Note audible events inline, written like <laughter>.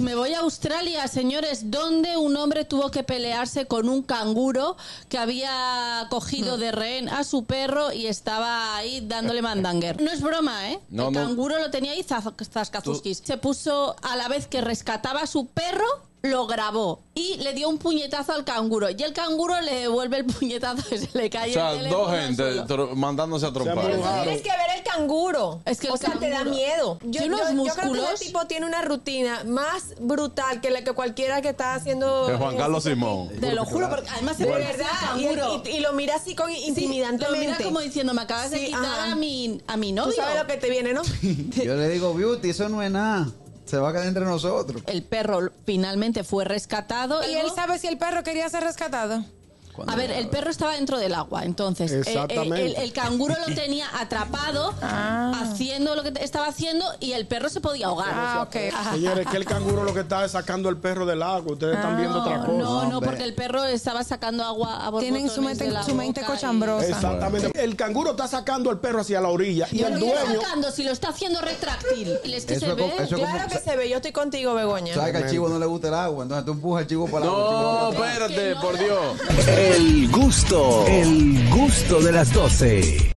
Me voy a Australia, señores, donde un hombre tuvo que pelearse con un canguro que había Mm. cogido de rehén a su perro y estaba ahí <laughs> dándole mandanger. No es broma, ¿eh? No, el no. canguro lo tenía ahí zaz- Zaskazuskis. Se puso a la vez que rescataba a su perro, lo grabó y le dio un puñetazo al canguro. Y el canguro le devuelve el puñetazo que se le cae O el sea, teléfono dos al gente suelo. tro- mandándose a trompar. muy raro. Tienes que ver el canguro. Es que el o sea, te da canguro- miedo. Yo, Tiene unos yo- yo creo que músculos. ese tipo tiene una rutina más brutal que la que cualquiera que está haciendo. De Juan Carlos ejercicio. Simón. Te lo juro, porque además se De parece verdad. al Y, canguro. y- y lo mira así con Lo mira intimidantemente. como diciendo, me acabas de Sí, quitar ajá. a mi, a mi Tú novio. sabes lo que te viene, ¿no? Yo le digo, Beauty, eso no es nada. Se va a quedar entre nosotros. El perro finalmente fue rescatado. ¿Y él sabe si el perro quería ser rescatado? A ver, el perro estaba dentro del agua, entonces eh, eh, Exactamente. el, el canguro <laughs> lo tenía atrapado, haciendo lo que te- estaba haciendo y el perro se podía ahogar. Ah, ok. Señores, que el canguro lo que está es sacando el perro del agua. Ustedes están viendo otra ah, No, cosa. no, no, hombre. porque el perro estaba sacando agua a Tienen borbotones su mente- de la su mente boca y- cochambrosa. Exactamente. El canguro está sacando al perro hacia la orilla y Pero el ¿qué está dueño. sacando si lo está haciendo retráctil. Es que Eso se es como- ve. eso es como- Claro que se ve. Yo estoy contigo, Begoña. Sabes que al chivo no le gusta el agua, entonces tú empujas al chivo para el No, agua. el chivo espérate, por Dios. El gusto, el gusto de las 12.